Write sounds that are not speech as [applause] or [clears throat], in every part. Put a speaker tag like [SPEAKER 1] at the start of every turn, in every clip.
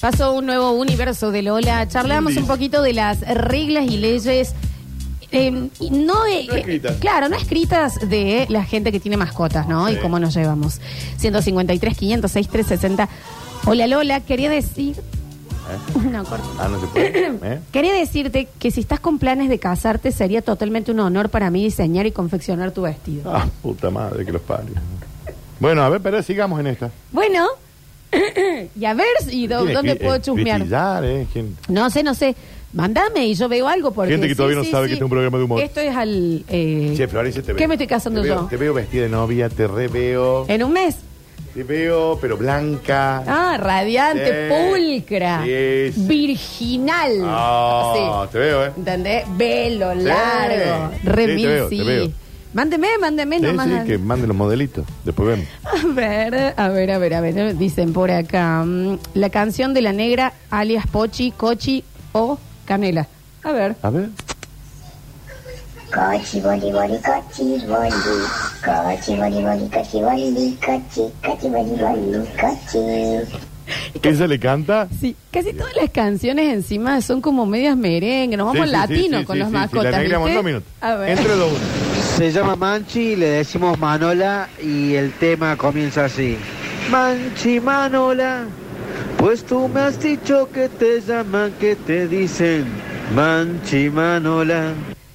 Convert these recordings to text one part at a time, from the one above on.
[SPEAKER 1] Pasó un nuevo universo de Lola. Charlamos un poquito de las reglas y leyes. eh, y no, eh,
[SPEAKER 2] No escritas.
[SPEAKER 1] Claro, no escritas de la gente que tiene mascotas, ¿no? Y
[SPEAKER 2] Sí.
[SPEAKER 1] cómo nos llevamos. 153, 506, 360. Hola Lola, quería decir. [laughs] No, corto.
[SPEAKER 2] Ah, no
[SPEAKER 1] [laughs]
[SPEAKER 2] se puede. ¿Eh?
[SPEAKER 1] Quería decirte que si estás con planes de casarte, sería totalmente un honor para mí diseñar y confeccionar tu vestido.
[SPEAKER 2] Ah, puta madre que los parió. Bueno, a ver, pero sigamos en esta.
[SPEAKER 1] Bueno, [clears throat] y a ver si, do-
[SPEAKER 2] ¿Quién
[SPEAKER 1] dónde
[SPEAKER 2] escri-
[SPEAKER 1] puedo
[SPEAKER 2] eh,
[SPEAKER 1] chusmear.
[SPEAKER 2] Cristillar, eh? ¿Quién?
[SPEAKER 1] No sé, no sé. Mándame y yo veo algo porque...
[SPEAKER 2] Gente que todavía no sabe que este es un programa de humor.
[SPEAKER 1] Esto es al... eh,
[SPEAKER 2] Che, Florencia, te veo.
[SPEAKER 1] ¿Qué me estoy casando
[SPEAKER 2] Te veo-
[SPEAKER 1] yo?
[SPEAKER 2] Te veo vestida de novia, te reveo.
[SPEAKER 1] ¿En un mes?
[SPEAKER 2] Te veo, pero blanca.
[SPEAKER 1] Ah, radiante,
[SPEAKER 2] Sí.
[SPEAKER 1] pulcra,
[SPEAKER 2] Sí, sí.
[SPEAKER 1] virginal.
[SPEAKER 2] Ah,
[SPEAKER 1] Sí.
[SPEAKER 2] te veo, ¿eh?
[SPEAKER 1] ¿Entendés? Velo largo,
[SPEAKER 2] Sí,
[SPEAKER 1] re
[SPEAKER 2] te veo,
[SPEAKER 1] Vinci.
[SPEAKER 2] te veo.
[SPEAKER 1] Mándeme, mándeme
[SPEAKER 2] Sí,
[SPEAKER 1] nomás.
[SPEAKER 2] sí,
[SPEAKER 1] al-
[SPEAKER 2] que manden los modelitos. Después vemos.
[SPEAKER 1] [laughs] A ver, a ver, a ver, a ver. Dicen por acá. mm, La canción de la negra alias Pochi, Cochi o Canela. A ver.
[SPEAKER 2] A ver.
[SPEAKER 3] Kochi, boli, boli, kochi, boli. Kochi, boli, boli, kochi, boli, kochi, kochi, boli, boli, kochi.
[SPEAKER 2] ¿Ella le canta?
[SPEAKER 1] Sí, casi todas las canciones encima son como medias merengue. Nos vamos
[SPEAKER 2] Sí, sí,
[SPEAKER 1] latino
[SPEAKER 2] sí,
[SPEAKER 1] con
[SPEAKER 2] sí,
[SPEAKER 1] los
[SPEAKER 2] sí, sí,
[SPEAKER 1] mascotas.
[SPEAKER 2] La negra
[SPEAKER 1] ¿viste?
[SPEAKER 2] mandó minutos.
[SPEAKER 1] A ver.
[SPEAKER 2] Entre los uno.
[SPEAKER 4] Se llama Manchi, le decimos Manola y el tema comienza así. Manchi Manola, pues tú me has dicho que te llaman, que te dicen Manchi Manola.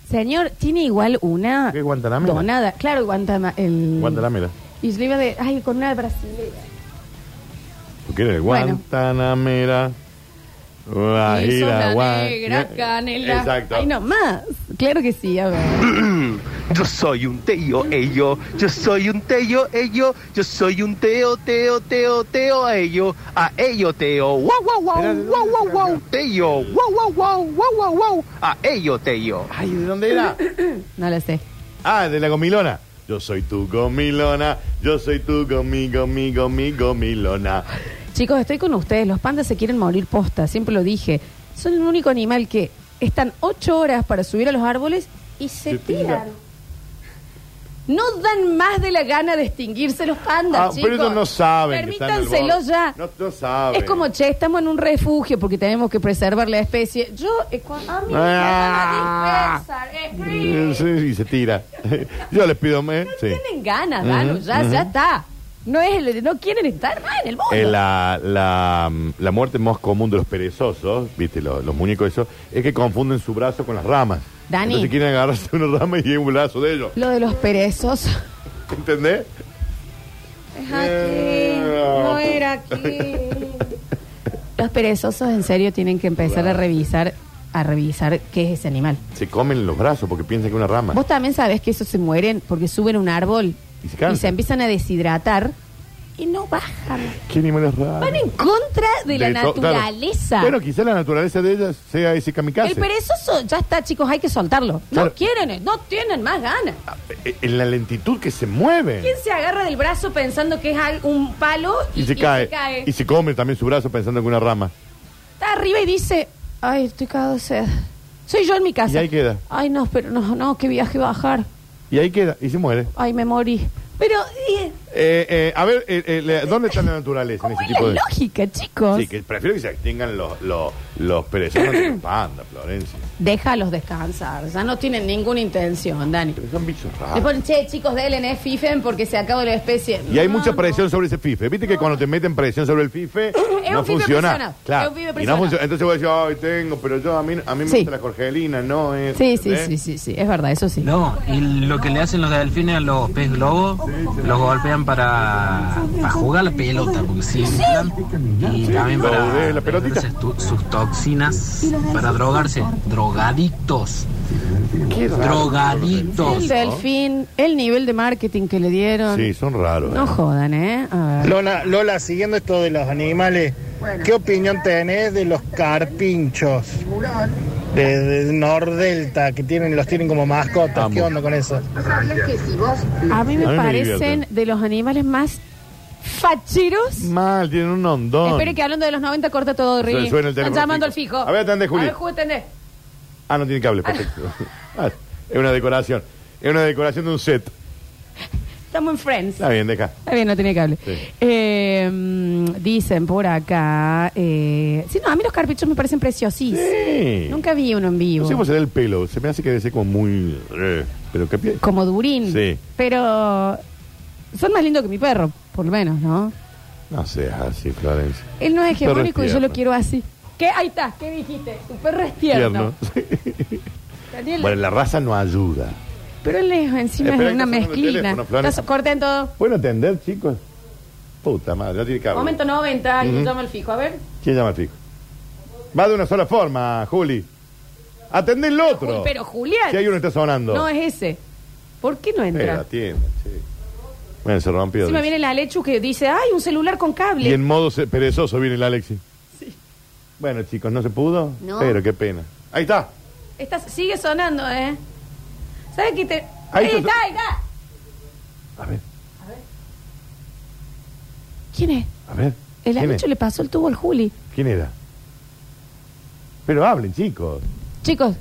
[SPEAKER 1] Señor, tiene igual una
[SPEAKER 2] ¿Qué, Guantanamera?
[SPEAKER 1] donada. Claro, Guantama, el...
[SPEAKER 2] Guantanamera.
[SPEAKER 1] Y yo le iba de, ay, con una brasileña.
[SPEAKER 2] Porque era el
[SPEAKER 1] Bueno.
[SPEAKER 2] Guantanamera. Ah,
[SPEAKER 1] Y sos
[SPEAKER 2] Guajira,
[SPEAKER 1] la
[SPEAKER 2] guan- Eh,
[SPEAKER 1] negra canela.
[SPEAKER 2] Exacto.
[SPEAKER 1] Ay, no, más. Claro que sí, a ver.
[SPEAKER 5] Yo soy un teo, ello. Yo soy un teo, ello. Yo soy un teo, teo, teo, teo, a ello. A ello, teo. Wow, wow,
[SPEAKER 2] Era
[SPEAKER 5] wow,
[SPEAKER 2] de
[SPEAKER 5] wow, wow,
[SPEAKER 2] dónde
[SPEAKER 5] wow, teo. Wow, wow, wow, wow, wow, wow. A ello, teo.
[SPEAKER 2] Ay, ¿de dónde era?
[SPEAKER 1] [laughs] No lo sé.
[SPEAKER 2] Ah, de la gomilona. Yo soy tu gomilona, yo soy tu gomi, gomi, gomi, gomilona.
[SPEAKER 1] Chicos, estoy con ustedes. Los pandas se quieren morir posta, siempre lo dije. Son el único animal que están ocho horas para subir a los árboles y se,
[SPEAKER 2] Se
[SPEAKER 1] tiran.
[SPEAKER 2] tira.
[SPEAKER 1] No dan más de la gana de extinguirse los pandas,
[SPEAKER 2] Ah,
[SPEAKER 1] chicos.
[SPEAKER 2] pero ellos no saben. que están en el
[SPEAKER 1] Permítanselo
[SPEAKER 2] bosque.
[SPEAKER 1] ya.
[SPEAKER 2] No, no saben.
[SPEAKER 1] Es como, che, estamos en un refugio porque tenemos que preservar la especie. Yo, eh, cu- a mí me van a
[SPEAKER 2] Ah.
[SPEAKER 1] dispersar, eh,
[SPEAKER 2] Eh, sí, y se tira. [laughs] Yo les pido. eh, sí.
[SPEAKER 1] Tienen ganas, Danu, ya, ya está. No, es el- no quieren estar más en el mundo.
[SPEAKER 2] Eh, la, la, la muerte más común de los perezosos, viste, los, los muñecos esos, es que confunden su brazo con las ramas.
[SPEAKER 1] Dani.
[SPEAKER 2] Entonces quieren agarrarse una rama y es un brazo de ellos.
[SPEAKER 1] Lo de los perezosos.
[SPEAKER 2] ¿Entendés?
[SPEAKER 1] Es aquí, no era aquí. [laughs] Los perezosos en serio tienen que empezar a revisar, a revisar qué es ese animal.
[SPEAKER 2] Se comen los brazos porque piensan que es una rama.
[SPEAKER 1] Vos también sabés que esos se mueren porque suben a un árbol
[SPEAKER 2] Y se cansan.
[SPEAKER 1] empiezan a deshidratar y no bajan.
[SPEAKER 2] ¿Qué animal es raro?
[SPEAKER 1] Van en contra de, la
[SPEAKER 2] to- claro.
[SPEAKER 1] naturaleza.
[SPEAKER 2] Bueno, quizá la naturaleza de ellas sea ese kamikaze.
[SPEAKER 1] El perezoso ya está, chicos, hay que soltarlo. No
[SPEAKER 2] Claro.
[SPEAKER 1] quieren, no tienen más ganas.
[SPEAKER 2] Eh, En la lentitud que se mueve.
[SPEAKER 1] ¿Quién se agarra del brazo pensando que es al- un palo
[SPEAKER 2] Y, se, cae. Y se come también su brazo pensando que es una rama.
[SPEAKER 1] Está arriba y dice, ay, estoy cagado de sed. Soy yo en mi casa.
[SPEAKER 2] Y ahí queda.
[SPEAKER 1] Ay, no, pero no, no, qué viaje bajar.
[SPEAKER 2] Y ahí queda, y se muere.
[SPEAKER 1] Ay, me morí. Pero, eh,
[SPEAKER 2] Eh, eh, a ver, eh, eh, le- ¿dónde está la naturaleza en
[SPEAKER 1] ¿cómo
[SPEAKER 2] ese
[SPEAKER 1] es la
[SPEAKER 2] tipo de.?
[SPEAKER 1] lógica, chicos?
[SPEAKER 2] Sí, que prefiero que se extingan los, los, los perezosos que
[SPEAKER 1] [clears throat]
[SPEAKER 2] los pandas, Florencia.
[SPEAKER 1] Déjalos descansar, ya no tienen ninguna intención, Dani.
[SPEAKER 2] Pero son bichos
[SPEAKER 1] Le
[SPEAKER 2] raros.
[SPEAKER 1] ponen, che, chicos, DLN, fifen porque se acabó la especie.
[SPEAKER 2] Y hay
[SPEAKER 1] No,
[SPEAKER 2] mucha
[SPEAKER 1] no.
[SPEAKER 2] presión sobre ese FIFE. Viste que cuando te meten presión sobre el FIFE,
[SPEAKER 1] [clears throat] Es
[SPEAKER 2] no
[SPEAKER 1] un fife presionado.
[SPEAKER 2] funciona. Claro.
[SPEAKER 1] Es un fife
[SPEAKER 2] Y no
[SPEAKER 1] presionado.
[SPEAKER 2] funciona. Entonces voy a decir, ay, tengo, pero yo a mí, a mí me
[SPEAKER 1] Sí.
[SPEAKER 2] gusta la Jorgelina, no es.
[SPEAKER 1] Sí, sí,
[SPEAKER 2] ¿entendés?
[SPEAKER 1] sí, sí, sí, es verdad, eso sí.
[SPEAKER 6] No, y lo que le hacen los delfines a los pez globos, los golpean para, para jugar la pelota, porque se inflan, y también para
[SPEAKER 2] Lo de la pelotita.
[SPEAKER 6] meterse tu- sus toxinas, para drogarse, drogadictos,
[SPEAKER 2] Qué raro.
[SPEAKER 1] El
[SPEAKER 6] drogadictos.
[SPEAKER 1] delfín, el nivel de marketing que le dieron.
[SPEAKER 2] Sí, son raros.
[SPEAKER 1] No
[SPEAKER 2] eh.
[SPEAKER 1] jodan, ¿eh? A ver.
[SPEAKER 7] Lola, Lola, siguiendo esto de los animales, ¿qué opinión tenés de los carpinchos? De, de Nordelta, que tienen, los tienen como mascotas. ¿Qué
[SPEAKER 2] Amo.
[SPEAKER 7] onda con eso?
[SPEAKER 1] A mí me
[SPEAKER 2] A mí me
[SPEAKER 1] parecen
[SPEAKER 2] divierte.
[SPEAKER 1] de los animales más facheros.
[SPEAKER 2] Mal, tienen un hondón.
[SPEAKER 1] Espere que hablando de los 90 corta todo, Rini.
[SPEAKER 2] Su- suena el
[SPEAKER 1] Están
[SPEAKER 2] teléfono
[SPEAKER 1] llamando al
[SPEAKER 2] fijo.
[SPEAKER 1] fijo.
[SPEAKER 2] A ver, atende, Juli.
[SPEAKER 1] A ver, Juli, atende.
[SPEAKER 2] Ah, no tiene cable, perfecto. [laughs] Ah, es una decoración. Es una decoración de un set.
[SPEAKER 1] Estamos en Friends.
[SPEAKER 2] Está bien, deja.
[SPEAKER 1] Está bien, no tenía cable.
[SPEAKER 2] Ah. Sí.
[SPEAKER 1] Eh, Em, dicen por acá. eh, sí, no, a mí los carpichos me parecen preciosísimos.
[SPEAKER 2] Sí.
[SPEAKER 1] Nunca vi uno en vivo.
[SPEAKER 2] No sé cómo será el pelo. Se me hace que debe ser como muy. eh, pero qué pie.
[SPEAKER 1] Como Durín.
[SPEAKER 2] Sí.
[SPEAKER 1] Pero son más lindos que mi perro, por lo menos, ¿no?
[SPEAKER 2] No seas así, Florencia.
[SPEAKER 1] Él no es
[SPEAKER 2] Perro es
[SPEAKER 1] hegemónico y yo
[SPEAKER 2] tierno.
[SPEAKER 1] lo quiero así. ¿Qué? Ahí está, ¿qué dijiste? Tu perro es tierno.
[SPEAKER 2] Tierno.
[SPEAKER 1] Daniel,
[SPEAKER 2] bueno, la raza no ayuda.
[SPEAKER 1] Pero él es encima
[SPEAKER 2] Espera,
[SPEAKER 1] es una
[SPEAKER 2] que está sonando el
[SPEAKER 1] mezclina.
[SPEAKER 2] teléfono, Florencia.
[SPEAKER 1] Está- Corten todo.
[SPEAKER 2] Bueno, entender, chicos. Puta madre, no tiene cable.
[SPEAKER 1] Momento 90, alguien
[SPEAKER 2] Ujú.
[SPEAKER 1] llama al fijo. A ver,
[SPEAKER 2] ¿Quién llama al fijo? Va de una sola forma, Juli. Atende el otro.
[SPEAKER 1] Jul- pero Julián.
[SPEAKER 2] Si hay uno que está sonando.
[SPEAKER 1] no es ese. ¿Por qué no
[SPEAKER 2] Espera,
[SPEAKER 1] entra?
[SPEAKER 2] atiende, sí. Bueno, se rompió.
[SPEAKER 1] Encima
[SPEAKER 2] dice.
[SPEAKER 1] viene la Lechu que dice, ay, un celular con cable.
[SPEAKER 2] Y en modo se- perezoso viene el Alexi. Sí. Bueno, chicos, ¿no se pudo?
[SPEAKER 1] No.
[SPEAKER 2] Pero qué pena. Ahí está.
[SPEAKER 1] Está- sigue sonando, ¿eh? ¿Sabes qué te...? Ahí,
[SPEAKER 2] Ahí está-
[SPEAKER 1] está, ahí está.
[SPEAKER 2] A ver,
[SPEAKER 1] ¿Quién es?
[SPEAKER 2] a ver.
[SPEAKER 1] El
[SPEAKER 2] ¿Quién, es?
[SPEAKER 1] Alechu le pasó el tubo al Juli.
[SPEAKER 2] ¿Quién era? Pero hablen, chicos.
[SPEAKER 1] Chicos,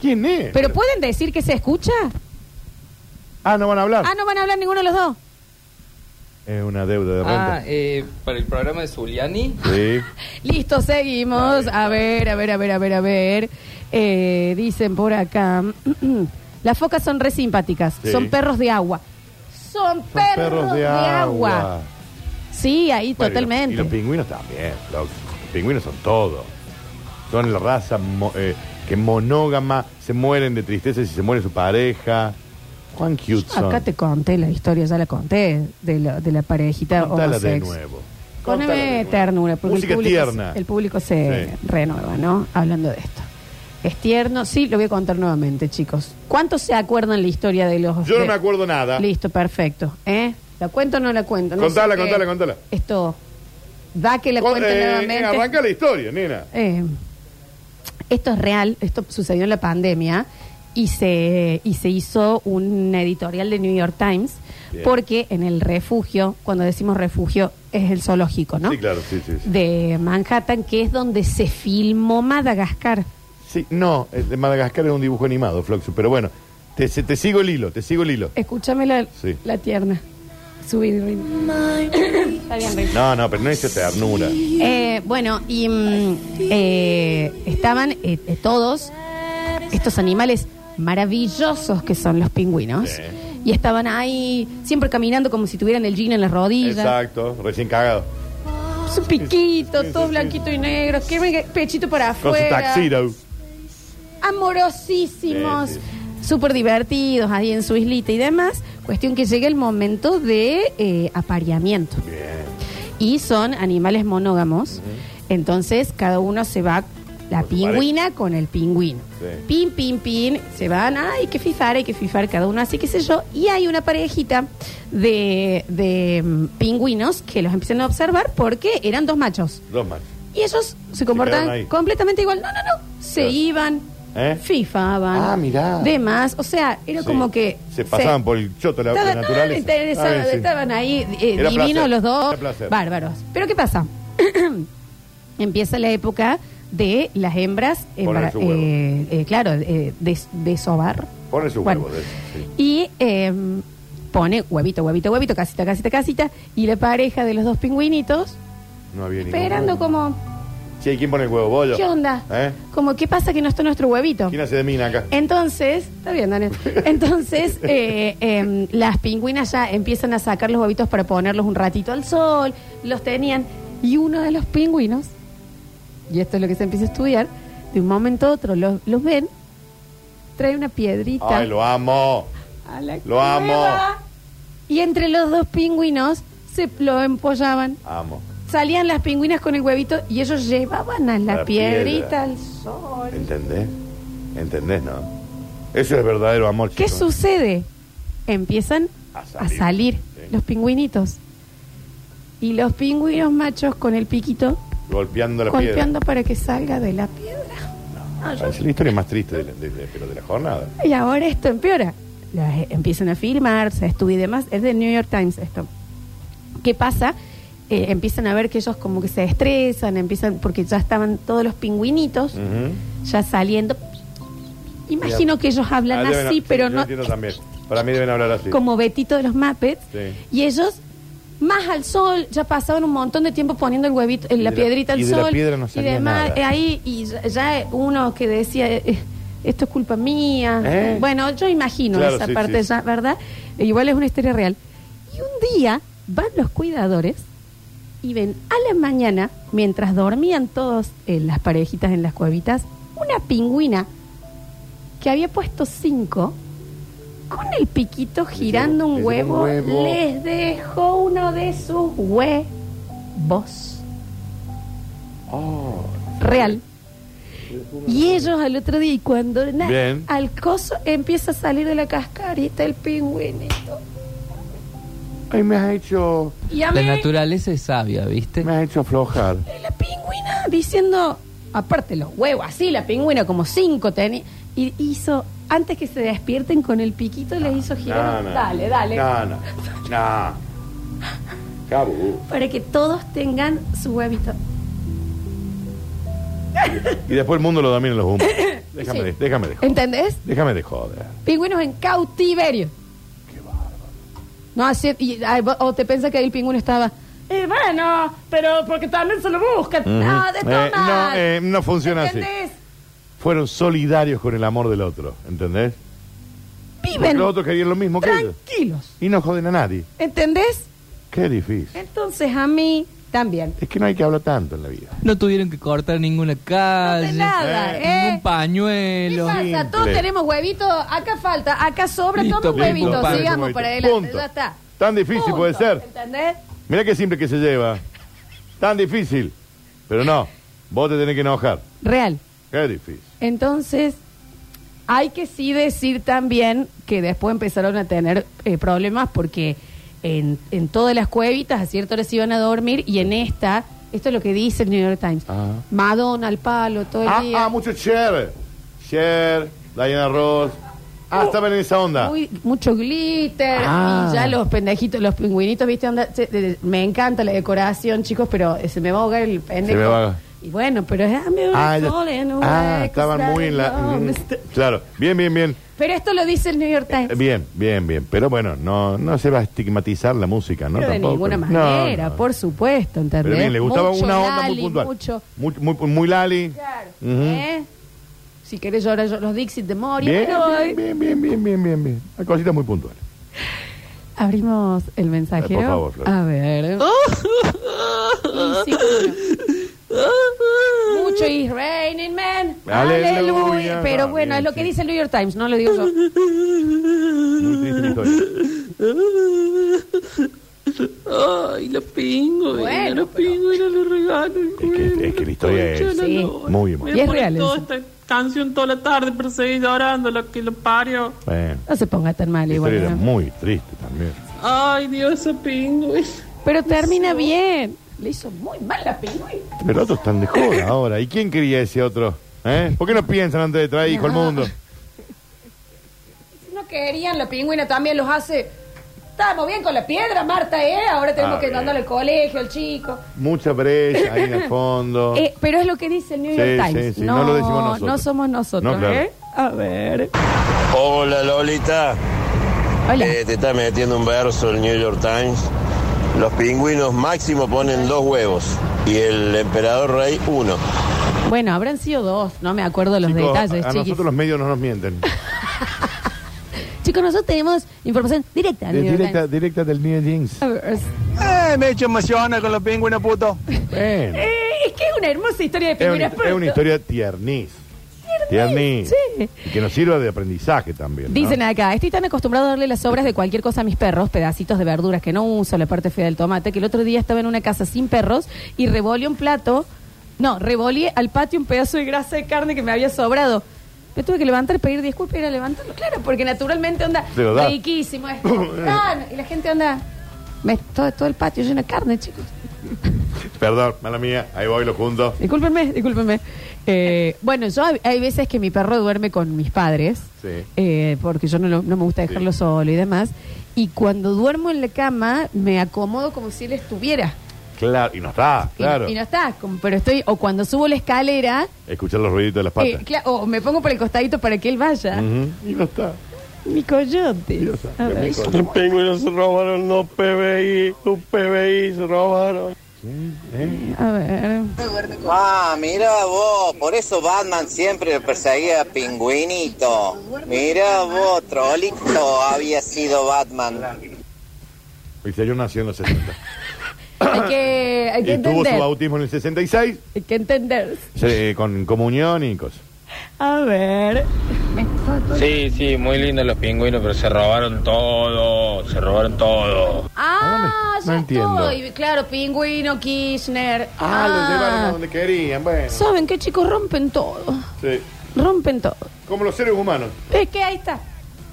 [SPEAKER 2] ¿Quién es?
[SPEAKER 1] ¿pero pueden decir que se escucha?
[SPEAKER 2] Ah, no van a hablar.
[SPEAKER 1] Ah, no van a hablar ninguno de los dos.
[SPEAKER 2] Es una deuda de
[SPEAKER 8] Ah,
[SPEAKER 2] renta.
[SPEAKER 8] eh, para el programa de Zuliani.
[SPEAKER 1] [laughs]
[SPEAKER 2] Sí.
[SPEAKER 1] Listo, seguimos. A ver, a ver, a ver, a ver, a ver. Eh, dicen por acá, [clears throat] las focas son re simpáticas,
[SPEAKER 2] Sí.
[SPEAKER 1] son perros de agua. Son, perros, de, agua. Sí, ahí
[SPEAKER 2] Bueno, y los-
[SPEAKER 1] totalmente.
[SPEAKER 2] Y los, pingüinos también, Flox. Los pingüinos son todo. Son la raza mo- eh, que monógama, se mueren de tristeza si se muere su pareja. Juan cute
[SPEAKER 1] Yo Acá
[SPEAKER 2] son.
[SPEAKER 1] te conté la historia, ya la conté, de la, de la parejita
[SPEAKER 2] Contala de
[SPEAKER 1] homosex.
[SPEAKER 2] nuevo. Contala de
[SPEAKER 1] Poneme
[SPEAKER 2] nuevo.
[SPEAKER 1] ternura, porque
[SPEAKER 2] Música
[SPEAKER 1] el público,
[SPEAKER 2] tierna.
[SPEAKER 1] Se, el público se
[SPEAKER 2] Sí.
[SPEAKER 1] renueva, ¿no? Hablando de esto. Es tierno, sí, lo voy a contar nuevamente, chicos. ¿Cuántos se acuerdan la historia de los...
[SPEAKER 2] Yo no
[SPEAKER 1] de-
[SPEAKER 2] me acuerdo nada.
[SPEAKER 1] Listo, perfecto. ¿Eh? ¿La cuento o no la cuento? No
[SPEAKER 2] Contala,
[SPEAKER 1] sé qué.
[SPEAKER 2] contala, contala.
[SPEAKER 1] Esto, da que la
[SPEAKER 2] Con-
[SPEAKER 1] cuente
[SPEAKER 2] eh,
[SPEAKER 1] nuevamente.
[SPEAKER 2] arranca la historia, nena.
[SPEAKER 1] Eh, esto es real, esto sucedió en la pandemia y se, y se hizo una editorial de New York Times
[SPEAKER 2] Bien.
[SPEAKER 1] porque en el refugio, cuando decimos refugio, es el zoológico, ¿no?
[SPEAKER 2] Sí, claro, sí, sí. sí.
[SPEAKER 1] De Manhattan, que es donde se filmó Madagascar.
[SPEAKER 2] Sí, no, el de Madagascar es un dibujo animado, Floxu, pero bueno, te, se- te sigo el hilo, te sigo el hilo.
[SPEAKER 1] Eh. Escúchame la,
[SPEAKER 2] Sí.
[SPEAKER 1] la tierna. Subí, Rini. [coughs] Está bien, Rini.
[SPEAKER 2] No, no, pero no es esa ternura.
[SPEAKER 1] Eh, bueno, y mm, eh, estaban eh, eh, todos estos animales maravillosos que son los pingüinos.
[SPEAKER 2] Sí.
[SPEAKER 1] Y estaban ahí siempre caminando como si tuvieran el jean en las rodillas.
[SPEAKER 2] Exacto, recién cagado.
[SPEAKER 1] Su piquito,
[SPEAKER 2] Sí, sí,
[SPEAKER 1] todo
[SPEAKER 2] sí.
[SPEAKER 1] blanquito y negro, que me- pechito para
[SPEAKER 2] Con su
[SPEAKER 1] afuera.
[SPEAKER 2] taxiro.
[SPEAKER 1] Amorosísimos,
[SPEAKER 2] Sí,
[SPEAKER 1] súper divertidos ahí en su islita y demás. Cuestión que llega el momento de eh, apareamiento.
[SPEAKER 2] Bien.
[SPEAKER 1] y son animales monógamos. Entonces cada uno se va la
[SPEAKER 2] Con su
[SPEAKER 1] pingüina con el pingüino.
[SPEAKER 2] Sí.
[SPEAKER 1] Pin, pin, pin, se van, "Ah, hay que fifar, hay que fifar cada uno, así que sé yo. Y hay una parejita de, de, mm, pingüinos que los empiezan a observar porque eran dos machos.
[SPEAKER 2] Dos más.
[SPEAKER 1] Y ellos se
[SPEAKER 2] quedaron
[SPEAKER 1] comportaban
[SPEAKER 2] ahí.
[SPEAKER 1] completamente igual. No, no, no. Se
[SPEAKER 2] Claro.
[SPEAKER 1] iban,
[SPEAKER 2] ¿Eh?
[SPEAKER 1] fifaban.
[SPEAKER 2] Ah, mirá.
[SPEAKER 1] Demás. O sea, era
[SPEAKER 2] Sí.
[SPEAKER 1] como que.
[SPEAKER 2] Se pasaban por el choto de la
[SPEAKER 1] Estaban,
[SPEAKER 2] naturaleza.
[SPEAKER 1] estaban interesados,
[SPEAKER 2] Ah, bien, sí.
[SPEAKER 1] estaban ahí eh,
[SPEAKER 2] Era
[SPEAKER 1] divinos
[SPEAKER 2] placer,
[SPEAKER 1] los dos,
[SPEAKER 2] era placer.
[SPEAKER 1] bárbaros. Pero ¿qué pasa? [clears throat] Empieza la época de las hembras,
[SPEAKER 2] Poner
[SPEAKER 1] embara-
[SPEAKER 2] su huevo.
[SPEAKER 1] eh, eh, claro, eh, des- desovar.
[SPEAKER 2] Pone su
[SPEAKER 1] Bueno.
[SPEAKER 2] huevo. de- sí.
[SPEAKER 1] Y eh, pone huevito, huevito, huevito, casita, casita, casita. Y la pareja de los dos pingüinitos,
[SPEAKER 2] No había ningún
[SPEAKER 1] esperando
[SPEAKER 2] huevo.
[SPEAKER 1] como,
[SPEAKER 2] Che, ¿quién pone el huevo? Bollo.
[SPEAKER 1] ¿qué onda?
[SPEAKER 2] ¿Eh?
[SPEAKER 1] Como, ¿qué pasa que no está nuestro huevito?
[SPEAKER 2] ¿Quién hace de mina acá?
[SPEAKER 1] Entonces, está bien, Daniel.
[SPEAKER 2] [laughs]
[SPEAKER 1] Entonces, eh, em, las pingüinas ya empiezan a sacar los huevitos para ponerlos un ratito al sol. Los tenían. Y uno de los pingüinos, y esto es lo que se empieza a estudiar, de un momento a otro los, los ven, trae una piedrita
[SPEAKER 2] Ay, lo amo.
[SPEAKER 1] a la
[SPEAKER 2] lo amo.
[SPEAKER 1] cueva, Y entre los dos pingüinos se lo empollaban.
[SPEAKER 2] Amo.
[SPEAKER 1] Salían las pingüinas con el huevito y ellos llevaban a la,
[SPEAKER 2] La
[SPEAKER 1] piedrita
[SPEAKER 2] piedra.
[SPEAKER 1] al sol.
[SPEAKER 2] ¿Entendés? ¿Entendés, no? Eso es verdadero amor,
[SPEAKER 1] ¿Qué
[SPEAKER 2] chicos.
[SPEAKER 1] sucede? Empiezan
[SPEAKER 2] A
[SPEAKER 1] a
[SPEAKER 2] salir.
[SPEAKER 1] salir,
[SPEAKER 2] Sí.
[SPEAKER 1] los pingüinitos. Y los pingüinos machos con el piquito
[SPEAKER 2] Golpeando la
[SPEAKER 1] golpeando para que salga de la piedra.
[SPEAKER 2] piedra. Parece la historia más triste de la, de- de- pero de la jornada.
[SPEAKER 1] Y ahora esto empeora. Las, eh, empiezan a filmar, se estudia y demás. Es del New York Times esto. ¿Qué pasa? Eh, empiezan a ver que ellos como que se estresan, empiezan porque ya estaban todos los pingüinitos
[SPEAKER 2] Ujú.
[SPEAKER 1] ya saliendo. Imagino que ellos hablan
[SPEAKER 2] Ah, deben-
[SPEAKER 1] así,
[SPEAKER 2] sí,
[SPEAKER 1] pero
[SPEAKER 2] yo
[SPEAKER 1] no,
[SPEAKER 2] entiendo también. Para mí deben hablar así.
[SPEAKER 1] como Betito de los Muppets.
[SPEAKER 2] Sí.
[SPEAKER 1] Y ellos más al sol, ya pasaban un montón de tiempo poniendo el huevito, eh, la
[SPEAKER 2] de la-
[SPEAKER 1] piedrita al
[SPEAKER 2] y de
[SPEAKER 1] sol.
[SPEAKER 2] la piedra no
[SPEAKER 1] y
[SPEAKER 2] salía
[SPEAKER 1] demás,
[SPEAKER 2] nada.
[SPEAKER 1] eh, ahí, y ya, ya uno que decía, eh, eh, esto es culpa mía.
[SPEAKER 2] ¿Eh?
[SPEAKER 1] Bueno, yo imagino
[SPEAKER 2] Claro,
[SPEAKER 1] esa
[SPEAKER 2] sí,
[SPEAKER 1] parte
[SPEAKER 2] sí.
[SPEAKER 1] ya, ¿verdad? Eh, igual es una historia real. Y un día van los cuidadores y ven a la mañana, mientras dormían todos en las parejitas en las cuevitas, una pingüina que había puesto cinco, con el piquito girando
[SPEAKER 2] les
[SPEAKER 1] un
[SPEAKER 2] dio un
[SPEAKER 1] huevo,
[SPEAKER 2] huevo.
[SPEAKER 1] les dejó uno de sus huevos.
[SPEAKER 2] Oh.
[SPEAKER 1] Real. Y ellos al otro día, y cuando na-
[SPEAKER 2] Bien.
[SPEAKER 1] al coso empieza a salir de la cascarita el pingüinito.
[SPEAKER 2] Ay, me has hecho,
[SPEAKER 1] Y a
[SPEAKER 9] La
[SPEAKER 1] mí,
[SPEAKER 9] naturaleza es sabia, ¿viste?
[SPEAKER 2] me has hecho aflojar.
[SPEAKER 1] la pingüina diciendo, aparte los huevos, así, la pingüina como cinco tenía. Y hizo, antes que se despierten con el piquito, les hizo girar.
[SPEAKER 2] No, no.
[SPEAKER 1] dale, dale.
[SPEAKER 2] No, no. No. Cabu.
[SPEAKER 1] Para que todos tengan su huevito.
[SPEAKER 2] Y después el mundo lo dominan
[SPEAKER 1] [coughs]
[SPEAKER 2] los humanos. Déjame,
[SPEAKER 1] Sí.
[SPEAKER 2] de, déjame de joder.
[SPEAKER 1] ¿Entendés?
[SPEAKER 2] Déjame de joder.
[SPEAKER 1] Pingüinos en cautiverio. No, así, y, ay, vo- o te pensas que ahí el pingüino estaba. Eh, bueno, pero porque también se lo buscan. No, de
[SPEAKER 2] Ujú.
[SPEAKER 1] todas
[SPEAKER 2] Eh, no, eh, no funciona así.
[SPEAKER 1] ¿Entendés?
[SPEAKER 2] Fueron solidarios con el amor del otro, ¿entendés? Porque
[SPEAKER 1] Viven
[SPEAKER 2] los otros querían lo mismo que ellos.
[SPEAKER 1] tranquilos.
[SPEAKER 2] Y no joden a nadie.
[SPEAKER 1] ¿Entendés?
[SPEAKER 2] Qué difícil.
[SPEAKER 1] Entonces a mí también.
[SPEAKER 2] Es que no hay que hablar tanto en la vida.
[SPEAKER 9] No tuvieron que cortar ninguna
[SPEAKER 1] No
[SPEAKER 9] calle,
[SPEAKER 1] sé nada,
[SPEAKER 9] ningún
[SPEAKER 1] ¿eh? ¿Qué
[SPEAKER 9] pañuelo.
[SPEAKER 1] pasa?
[SPEAKER 2] simple.
[SPEAKER 1] Todos tenemos huevitos. Acá falta, acá sobra.
[SPEAKER 9] Listo,
[SPEAKER 1] Toma un
[SPEAKER 9] bien,
[SPEAKER 1] huevito.
[SPEAKER 9] compadre,
[SPEAKER 1] Sigamos
[SPEAKER 2] compadre.
[SPEAKER 1] para adelante.
[SPEAKER 2] Punto.
[SPEAKER 1] Ya está.
[SPEAKER 2] Tan difícil
[SPEAKER 1] Punto.
[SPEAKER 2] puede ser.
[SPEAKER 1] ¿Entendés?
[SPEAKER 2] Mirá qué simple que se lleva. Tan difícil. Pero no, vos te tenés que enojar.
[SPEAKER 1] Real.
[SPEAKER 2] Qué difícil.
[SPEAKER 1] Entonces, hay que sí decir también que después empezaron a tener eh, problemas porque en, en todas las cuevitas a cierta hora se iban a dormir y en esta, esto es lo que dice el New York Times,
[SPEAKER 2] Ah.
[SPEAKER 1] Madonna al palo todo el
[SPEAKER 2] Ah,
[SPEAKER 1] día.
[SPEAKER 2] ah, mucho Cher. Cher, Diana Ross. Ah, estaban en esa onda.
[SPEAKER 1] Muy- mucho glitter
[SPEAKER 2] Ah.
[SPEAKER 1] y ya los pendejitos, los pingüinitos, viste, Onda, se- de- de- me encanta la decoración, chicos, pero eh, se me va a ahogar el pendejo.
[SPEAKER 2] me va a ahogar.
[SPEAKER 1] Y bueno, pero es I'm
[SPEAKER 2] Ah, ya-
[SPEAKER 1] beautiful and
[SPEAKER 2] ah,
[SPEAKER 1] I
[SPEAKER 2] estaban
[SPEAKER 1] could
[SPEAKER 2] muy en la...
[SPEAKER 1] stand
[SPEAKER 2] mm,
[SPEAKER 1] alone.
[SPEAKER 2] Claro, bien, bien, bien.
[SPEAKER 1] Pero esto lo dice el New York Times.
[SPEAKER 2] Eh, Bien, bien, bien. Pero bueno, no, no se va a estigmatizar la música, ¿no?
[SPEAKER 1] Pero de
[SPEAKER 2] Tampoco.
[SPEAKER 1] ninguna
[SPEAKER 2] No,
[SPEAKER 1] manera,
[SPEAKER 2] no.
[SPEAKER 1] por supuesto, ¿entendés?
[SPEAKER 2] Pero bien, le gustaba
[SPEAKER 1] Mucho
[SPEAKER 2] una onda
[SPEAKER 1] Lali,
[SPEAKER 2] muy puntual.
[SPEAKER 1] Mucho,
[SPEAKER 2] Muy, muy, muy Lali.
[SPEAKER 1] claro,
[SPEAKER 2] Ujú.
[SPEAKER 1] ¿eh? Si querés llorar yo- los Dixit de Moria,
[SPEAKER 2] Bien,
[SPEAKER 1] pero hoy
[SPEAKER 2] bien, bien, bien, bien, bien, bien. Hay cositas muy puntuales.
[SPEAKER 1] abrimos el mensajero.
[SPEAKER 2] Ay, Eh, por favor, Flor.
[SPEAKER 1] A ver. Y sí, bueno. Mucho is raining man.
[SPEAKER 2] Aleluya.
[SPEAKER 1] Pero bueno,
[SPEAKER 2] Bien,
[SPEAKER 1] es lo
[SPEAKER 2] sí.
[SPEAKER 1] que dice el New York Times, no lo digo yo.
[SPEAKER 2] Muy triste la historia.
[SPEAKER 6] Ay, los pingos,
[SPEAKER 1] Bueno, pues, pero-
[SPEAKER 6] los pingos, los regalos.
[SPEAKER 2] Es que, es que la historia es
[SPEAKER 1] Sí.
[SPEAKER 2] Eh, muy emotiva.
[SPEAKER 1] Y es real. eso.
[SPEAKER 6] esta canción toda la tarde, pero seguí llorando, lo que lo parió.
[SPEAKER 2] Bueno,
[SPEAKER 1] No se ponga tan mal
[SPEAKER 2] la
[SPEAKER 1] igual.
[SPEAKER 2] historia Este era
[SPEAKER 1] ¿no?
[SPEAKER 2] muy triste también.
[SPEAKER 6] Ay, Dios, esos pingüinos.
[SPEAKER 1] Pero termina bien. Le hizo muy mal la pingüina.
[SPEAKER 2] Pero otros están de joda ahora. ¿Y quién quería ese otro? ¿Eh? ¿Por qué no piensan antes de traer hijo al mundo?
[SPEAKER 1] Si no querían, la pingüina también los hace. Estamos bien con la piedra, Marta, ¿eh? Ahora tenemos
[SPEAKER 2] Ah,
[SPEAKER 1] que
[SPEAKER 2] bien.
[SPEAKER 1] mandarle al colegio, al chico.
[SPEAKER 2] Mucha brecha ahí en el fondo.
[SPEAKER 1] Eh, pero es lo que dice el New
[SPEAKER 2] Sí,
[SPEAKER 1] York
[SPEAKER 2] sí,
[SPEAKER 1] Times.
[SPEAKER 2] sí, no lo decimos nosotros.
[SPEAKER 1] no somos nosotros,
[SPEAKER 2] No, claro.
[SPEAKER 1] ¿eh? A ver.
[SPEAKER 10] Hola Lolita,
[SPEAKER 1] Hola.
[SPEAKER 10] Eh, te está metiendo un verso el New York Times. Los pingüinos máximo ponen dos huevos y el emperador rey uno.
[SPEAKER 1] Bueno, habrán sido dos, no me acuerdo los
[SPEAKER 2] Chicos,
[SPEAKER 1] detalles,
[SPEAKER 2] a
[SPEAKER 1] chicos.
[SPEAKER 2] nosotros los medios no nos mienten.
[SPEAKER 1] Chicos, nosotros tenemos información directa.
[SPEAKER 2] Es
[SPEAKER 1] del New York
[SPEAKER 2] directa, directa del New Jeans.
[SPEAKER 1] [laughs] Times. A ver.
[SPEAKER 5] Eh, me he hecho emocionar con los pingüinos, puto.
[SPEAKER 2] Bueno,
[SPEAKER 1] Eh, es que es una hermosa historia de
[SPEAKER 2] es, una,
[SPEAKER 1] pingüinas.
[SPEAKER 2] es una historia tiernis. Tiernis.
[SPEAKER 1] sí.
[SPEAKER 2] Y que nos sirva de aprendizaje también. ¿no?
[SPEAKER 1] Dicen acá, estoy tan acostumbrado a darle las sobras de cualquier cosa a mis perros, pedacitos de verduras que no uso, la parte fea del tomate, que el otro día estaba en una casa sin perros y revolé un plato, no, revolé al patio un pedazo de grasa de carne que me había sobrado. Me tuve que levantar, pedir disculpas y ir a levantarlo, claro, porque naturalmente onda,
[SPEAKER 2] Te lo da.
[SPEAKER 1] riquísimo, es tan- y la gente onda, me, todo, todo el patio lleno de carne, chicos.
[SPEAKER 2] Perdón, mala mía, ahí voy, lo junto.
[SPEAKER 1] Discúlpenme, discúlpenme. Eh, bueno, yo hay- hay veces que mi perro duerme con mis padres,
[SPEAKER 2] Sí.
[SPEAKER 1] eh, porque yo no, lo- no me gusta dejarlo solo y demás. Y cuando duermo en la cama, me acomodo como si él estuviera.
[SPEAKER 2] Claro, y no está,
[SPEAKER 1] Y-
[SPEAKER 2] claro.
[SPEAKER 1] Y, no está, como- pero estoy, o cuando subo la escalera,
[SPEAKER 2] Escuchar los ruiditos de las
[SPEAKER 1] eh,
[SPEAKER 2] patas. Mm.
[SPEAKER 1] cla- o me pongo por el costadito para que él vaya.
[SPEAKER 2] Ujú, Y no está.
[SPEAKER 1] Mi coyote. A ver.
[SPEAKER 11] Los pingüinos se robaron los PBI, los PBI se robaron.
[SPEAKER 2] eh.
[SPEAKER 1] A ver.
[SPEAKER 2] [coughs]
[SPEAKER 12] Ah, mira vos, por eso Batman siempre perseguía a Pingüinito. Mira vos, Trolito había sido Batman.
[SPEAKER 2] Y se nació en los 60.
[SPEAKER 1] Hay que, hay que
[SPEAKER 2] y tuvo su
[SPEAKER 1] entender.
[SPEAKER 2] bautismo en el 66,
[SPEAKER 1] Hay que entender.
[SPEAKER 2] se- eh, con comunión y cosas.
[SPEAKER 1] A ver.
[SPEAKER 13] Sí, sí, muy lindos los pingüinos, pero se robaron todo, se robaron todo.
[SPEAKER 1] Ah,
[SPEAKER 13] No
[SPEAKER 1] ya
[SPEAKER 13] entiendo.
[SPEAKER 1] estoy. Claro, pingüino, Kirchner.
[SPEAKER 2] Ah, lo llevaron a donde querían, bueno.
[SPEAKER 1] ¿Saben qué, chicos? Rompen todo.
[SPEAKER 2] Sí.
[SPEAKER 1] Rompen todo.
[SPEAKER 2] Como los seres humanos.
[SPEAKER 1] Es que ahí está.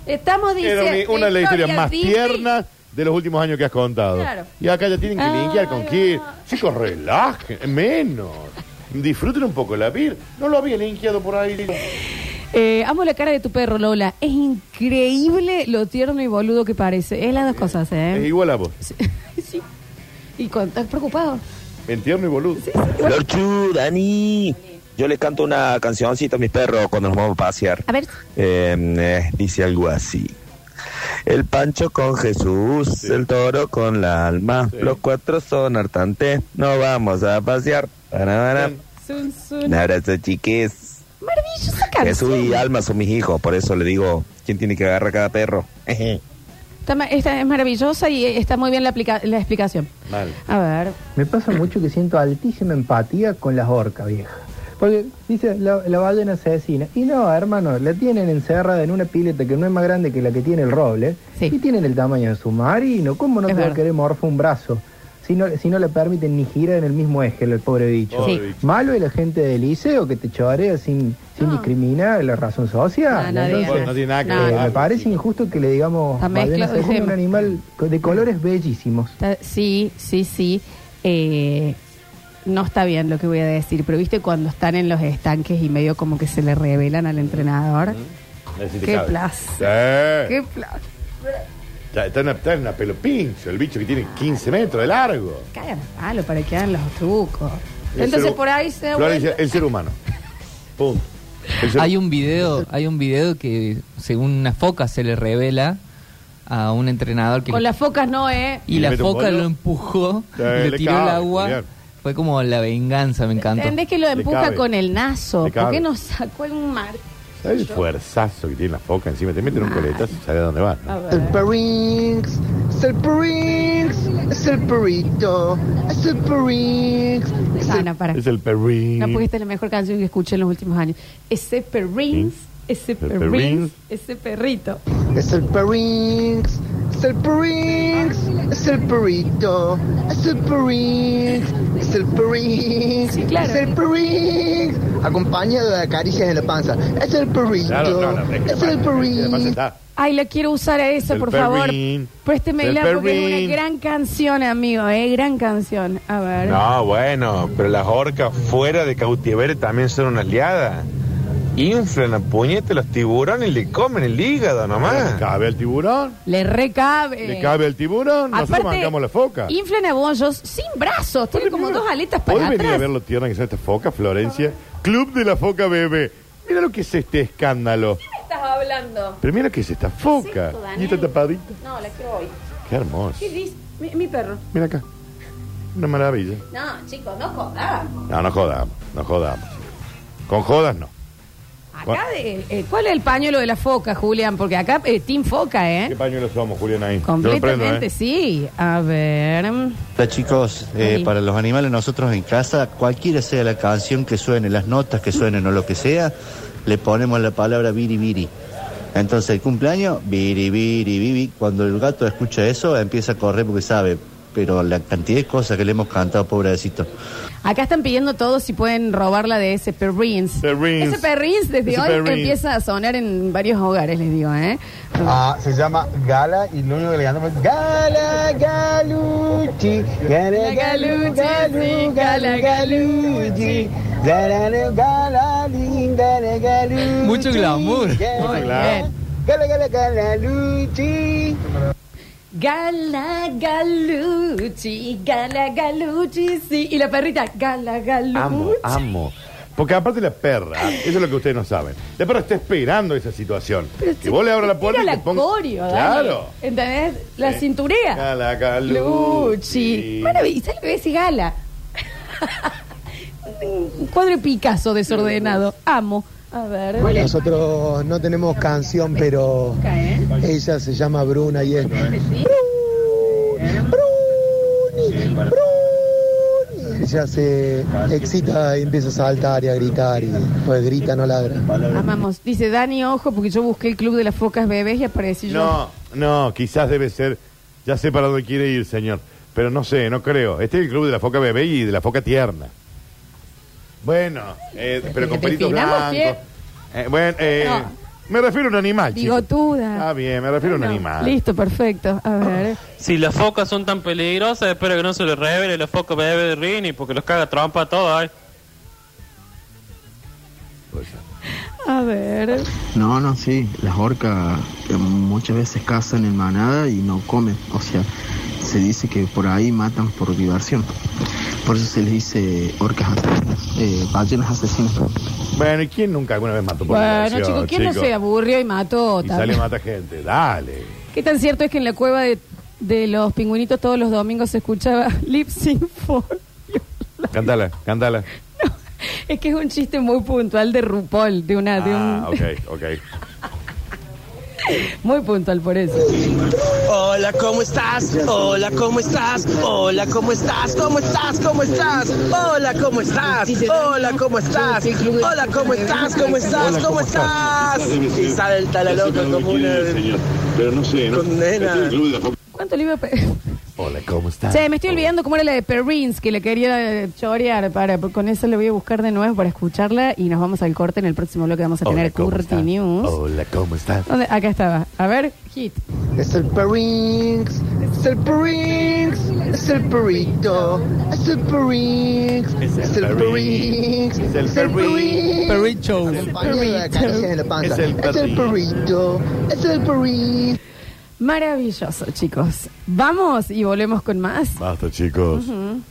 [SPEAKER 1] Estamos diciendo.
[SPEAKER 2] Era mi- una de las historias más
[SPEAKER 1] Disney.
[SPEAKER 2] tiernas de los últimos años que has contado.
[SPEAKER 1] Claro.
[SPEAKER 2] Y acá ya tienen que
[SPEAKER 1] Ah,
[SPEAKER 2] linkear con quién. Chicos, relajen, menos. Disfruten un poco la vida. No lo había linkeado por ahí.
[SPEAKER 1] Eh, amo la cara de tu perro, Lola. Es increíble lo tierno y boludo que parece. Es las dos cosas,
[SPEAKER 2] Es
[SPEAKER 1] ¿eh?
[SPEAKER 2] igual a vos.
[SPEAKER 1] [laughs] Sí. Y con, estás preocupado.
[SPEAKER 2] En tierno y boludo.
[SPEAKER 14] Florchu, Dani. Yo les canto una cancioncita a mis perros cuando nos vamos a pasear.
[SPEAKER 1] A ver.
[SPEAKER 14] Eh, eh, dice algo así. El pancho con Jesús, el toro con la alma. Los cuatro son hartantes. No vamos a pasear. Para,
[SPEAKER 1] Sun,
[SPEAKER 14] para.
[SPEAKER 1] sun.
[SPEAKER 14] Un abrazo, chiques.
[SPEAKER 1] Maravillosa
[SPEAKER 14] Jesús
[SPEAKER 1] canción.
[SPEAKER 14] y alma son mis hijos. Por eso le digo, ¿quién tiene que agarrar cada perro?
[SPEAKER 1] Está ma- esta es maravillosa y eh, está muy bien la, aplica- la explicación.
[SPEAKER 14] Mal.
[SPEAKER 1] A ver.
[SPEAKER 15] Me pasa mucho que siento altísima empatía con las orcas, vieja. Porque dice, la, la ballena asesina. Y no, hermano, la tienen encerrada en una pileta que no es más grande que la que tiene el roble. Y tienen el tamaño de su marino. ¿Cómo no
[SPEAKER 1] Es
[SPEAKER 15] te va a
[SPEAKER 1] verdad.
[SPEAKER 15] querer morfar un brazo? Si no, si no le permiten ni girar en el mismo eje, el pobre bicho.
[SPEAKER 1] Pobre Sí. bicho.
[SPEAKER 15] Malo es la gente del liceo que te chorea sin, sin discriminar la razón social.
[SPEAKER 1] No, no
[SPEAKER 15] Entonces,
[SPEAKER 1] digas. No tiene nada que
[SPEAKER 15] eh,
[SPEAKER 1] ver.
[SPEAKER 15] Me parece injusto que le digamos
[SPEAKER 1] Está
[SPEAKER 15] ballena
[SPEAKER 1] mezclado,
[SPEAKER 15] asesina a un
[SPEAKER 1] dijimos.
[SPEAKER 15] animal co- de colores bellísimos.
[SPEAKER 1] Está- Sí, sí, sí. Eh, no está bien lo que voy a decir, pero viste cuando están en los estanques y medio como que se le revelan al entrenador.
[SPEAKER 2] Así te
[SPEAKER 1] Qué
[SPEAKER 2] cabe.
[SPEAKER 1] placer.
[SPEAKER 2] Sí.
[SPEAKER 1] Qué placer.
[SPEAKER 2] Está, está en una, está en una pelo pincho, el bicho que tiene 15 metros de largo.
[SPEAKER 1] Cagan a palo para que hagan los trucos.
[SPEAKER 2] El
[SPEAKER 1] Entonces
[SPEAKER 2] ser hu-
[SPEAKER 1] por ahí se
[SPEAKER 2] Flor dice,
[SPEAKER 1] vuelve-
[SPEAKER 2] el ser humano. Punto.
[SPEAKER 9] Hay un video, hay un video que según una foca se le revela a un entrenador que
[SPEAKER 1] Con las focas no, ¿eh?
[SPEAKER 9] y la foca lo empujó,
[SPEAKER 2] Sí,
[SPEAKER 9] le
[SPEAKER 2] le
[SPEAKER 9] tiró al
[SPEAKER 2] cabe,
[SPEAKER 9] agua.
[SPEAKER 2] Julián.
[SPEAKER 9] Fue como la venganza, me encantó.
[SPEAKER 1] ¿Entendés que lo
[SPEAKER 9] Le
[SPEAKER 1] empuja
[SPEAKER 9] cabe.
[SPEAKER 1] con el nazo?
[SPEAKER 9] Le
[SPEAKER 1] ¿Por
[SPEAKER 9] cabe.
[SPEAKER 1] qué no sacó un Ah. mar?
[SPEAKER 2] ¿Sabes el fuerzazo que tiene la foca encima? Te meten un coletazo y sabes a dónde va. ¿no?
[SPEAKER 16] El Perinx, es el Perinx, es el perrito, es el Perinx.
[SPEAKER 1] Ah, no, para.
[SPEAKER 2] Es el perrín.
[SPEAKER 1] No, porque esta es la mejor canción que escuché en los últimos años. Ese perrins, ese perrins,
[SPEAKER 16] perrins.
[SPEAKER 1] ese perrito.
[SPEAKER 16] Es el Perinx, es el Perinx, es el perrito, es el Perinx, es el Perinx, es el Perinx. Acompañado de caricias en la panza. Es el perrito,
[SPEAKER 2] Claro, no, no, es que
[SPEAKER 16] es el Perinx.
[SPEAKER 1] Ay, la quiero usar a esa,
[SPEAKER 2] El
[SPEAKER 1] por
[SPEAKER 2] perrín.
[SPEAKER 1] favor. Présteme
[SPEAKER 2] El
[SPEAKER 1] la porque es
[SPEAKER 2] perrín.
[SPEAKER 1] una gran canción, amigo, eh, gran canción. A ver.
[SPEAKER 17] No, bueno, pero las orcas fuera de cautiverio también son unas liadas. Inflan a puñete los tiburones y le comen el hígado nomás.
[SPEAKER 2] Cabe al tiburón.
[SPEAKER 1] Le recabe.
[SPEAKER 2] Le cabe al tiburón. Nosotros bancamos la foca.
[SPEAKER 1] Inflan a bollos sin brazos. Tiene como dos aletas para
[SPEAKER 2] ¿Podés venir a
[SPEAKER 1] atrás.
[SPEAKER 2] ver lo tierna que son estas focas, Florencia? Club de la Foca Bebé. Mira lo que es este escándalo.
[SPEAKER 1] ¿Qué estás hablando?
[SPEAKER 2] Pero mira lo que es esta foca.
[SPEAKER 1] Daniel.
[SPEAKER 2] y esta tapadita.
[SPEAKER 1] No, la quiero hoy.
[SPEAKER 2] Qué hermoso.
[SPEAKER 1] ¿Qué dices? Mi, mi perro.
[SPEAKER 2] Mira acá. Una maravilla.
[SPEAKER 1] No, chicos, no jodamos.
[SPEAKER 2] No, no jodamos. No jodamos. Con jodas no.
[SPEAKER 1] Acá de- eh, ¿Cuál es el pañuelo de la foca, Julián? Porque acá, eh, Team Foca, ¿eh?
[SPEAKER 2] ¿Qué pañuelo somos, Julián, ahí?
[SPEAKER 1] Completamente,
[SPEAKER 2] ¿eh?
[SPEAKER 1] sí. A ver.
[SPEAKER 18] Hola chicos, Eh,
[SPEAKER 1] Sí.
[SPEAKER 18] para los animales nosotros en casa, cualquiera sea la canción que suene, las notas que suenen o lo que sea, le ponemos la palabra biribiri. Entonces el cumpleaños, biribiri, bibi, cuando el gato escucha eso empieza a correr porque sabe, pero la cantidad de cosas que le hemos cantado, pobrecito.
[SPEAKER 1] Acá están pidiendo todos si pueden robarla de ese perrins.
[SPEAKER 18] Perrins.
[SPEAKER 1] Ese perrins desde
[SPEAKER 18] Ese
[SPEAKER 1] hoy
[SPEAKER 18] perrins.
[SPEAKER 1] empieza a sonar en varios hogares, les digo, ¿eh?
[SPEAKER 19] Ah, se llama Gala y lo único que le cantamos es Gala Galucci, Gala Galucci, Galu, Gala Galucci, Gala Galucci, Gala Galucci.
[SPEAKER 9] Mucho glamour.
[SPEAKER 19] Gala,
[SPEAKER 9] Muy bien.
[SPEAKER 19] Gala Gala Galucci.
[SPEAKER 1] Gala Galucci, Gala Galucci, sí. Y la perrita, Gala Galucci.
[SPEAKER 2] Amo, amo. Porque aparte la perra, eso es lo que ustedes no saben, la perra está esperando esa situación.
[SPEAKER 1] Pero
[SPEAKER 2] que
[SPEAKER 1] si-
[SPEAKER 2] vos le abras la puerta
[SPEAKER 1] Tira
[SPEAKER 2] y
[SPEAKER 1] la
[SPEAKER 2] te pongas-
[SPEAKER 1] corio, dale.
[SPEAKER 2] Claro.
[SPEAKER 1] ¿Entendés? La cinturea.
[SPEAKER 2] Gala,
[SPEAKER 1] Luchi. Maravilloso. ¿Sabes lo que voy a decir? Gala? Un cuadro de Picasso desordenado. Amo. A ver.
[SPEAKER 20] Nosotros no tenemos canción, pero ella se llama Bruna y es.
[SPEAKER 3] Bruni, Bruni.
[SPEAKER 20] Ella se excita y empieza a saltar y a gritar y pues grita, no ladra.
[SPEAKER 1] Amamos. Dice Dani, ojo, porque yo busqué el club de las focas bebés y aparecí yo.
[SPEAKER 2] No, no, quizás debe ser, ya sé para dónde quiere ir, señor, pero no sé, no creo. Este es el club de la foca bebé y de la foca tierna. Bueno, eh, pero con pelitos
[SPEAKER 1] definamos
[SPEAKER 2] blancos. Eh, bueno, eh,
[SPEAKER 1] No.
[SPEAKER 2] me refiero a un animal, chicos.
[SPEAKER 1] Bigotuda.
[SPEAKER 2] Está bien, me refiero a un animal.
[SPEAKER 1] Listo, perfecto. A ver.
[SPEAKER 21] Si las focas son tan peligrosas, espero que no se les revele la foca bebé de Rini porque los caga trampa a todos. ¿eh?
[SPEAKER 2] Pues
[SPEAKER 1] A ver.
[SPEAKER 22] No, no, sí, las orcas eh, muchas veces cazan en manada y no comen, o sea, se dice que por ahí matan por diversión. Por eso se les dice orcas asesinas, eh, ballenas asesinas.
[SPEAKER 2] Bueno, ¿y quién nunca alguna vez mató por
[SPEAKER 1] Bueno,
[SPEAKER 2] diversión,
[SPEAKER 1] chicos, ¿quién no
[SPEAKER 2] chicos?
[SPEAKER 1] se aburrió y mató?
[SPEAKER 2] Y
[SPEAKER 1] también?
[SPEAKER 2] sale y mata gente, dale.
[SPEAKER 1] ¿Qué tan cierto es que en la cueva de, de los pingüinitos todos los domingos se escuchaba [laughs] Lip Sync for?
[SPEAKER 2] Cántala, cántala.
[SPEAKER 1] Es que es un chiste muy puntual de RuPaul, de una, de un,
[SPEAKER 2] Ah, ok, ok.
[SPEAKER 1] [laughs] muy puntual por eso.
[SPEAKER 23] Hola, ¿cómo estás? Hola, ¿cómo estás? Hola, ¿cómo estás? ¿Cómo estás? ¿Cómo estás? Hola, ¿cómo estás? Hola, ¿cómo estás? Hola, ¿cómo estás? ¿Cómo estás? ¿Cómo estás? Y salta la loca como una... Pero no sé, ¿no?
[SPEAKER 1] ¿Cuánto le iba a pe-
[SPEAKER 2] Hola, ¿cómo estás?
[SPEAKER 1] Che, me estoy olvidando cómo era la de Perrins, que le quería eh, chorear. Para, con eso le voy a buscar de nuevo para escucharla y nos vamos al corte en el próximo bloque. Vamos a tener Curti News.
[SPEAKER 2] Hola, ¿cómo estás?
[SPEAKER 1] ¿Dónde? Acá estaba. A ver, hit.
[SPEAKER 16] Es el Perinx, es el Perinx, es el perrito, es el Perinx, es el Perinx, es el Perinx.
[SPEAKER 22] Perrito.
[SPEAKER 16] Acompañada de caricias en la panza.
[SPEAKER 22] Es el
[SPEAKER 16] Es el perrito, es el Perinx.
[SPEAKER 1] Maravilloso, chicos. Vamos y volvemos con más.
[SPEAKER 2] Basta, chicos.
[SPEAKER 1] Ujú.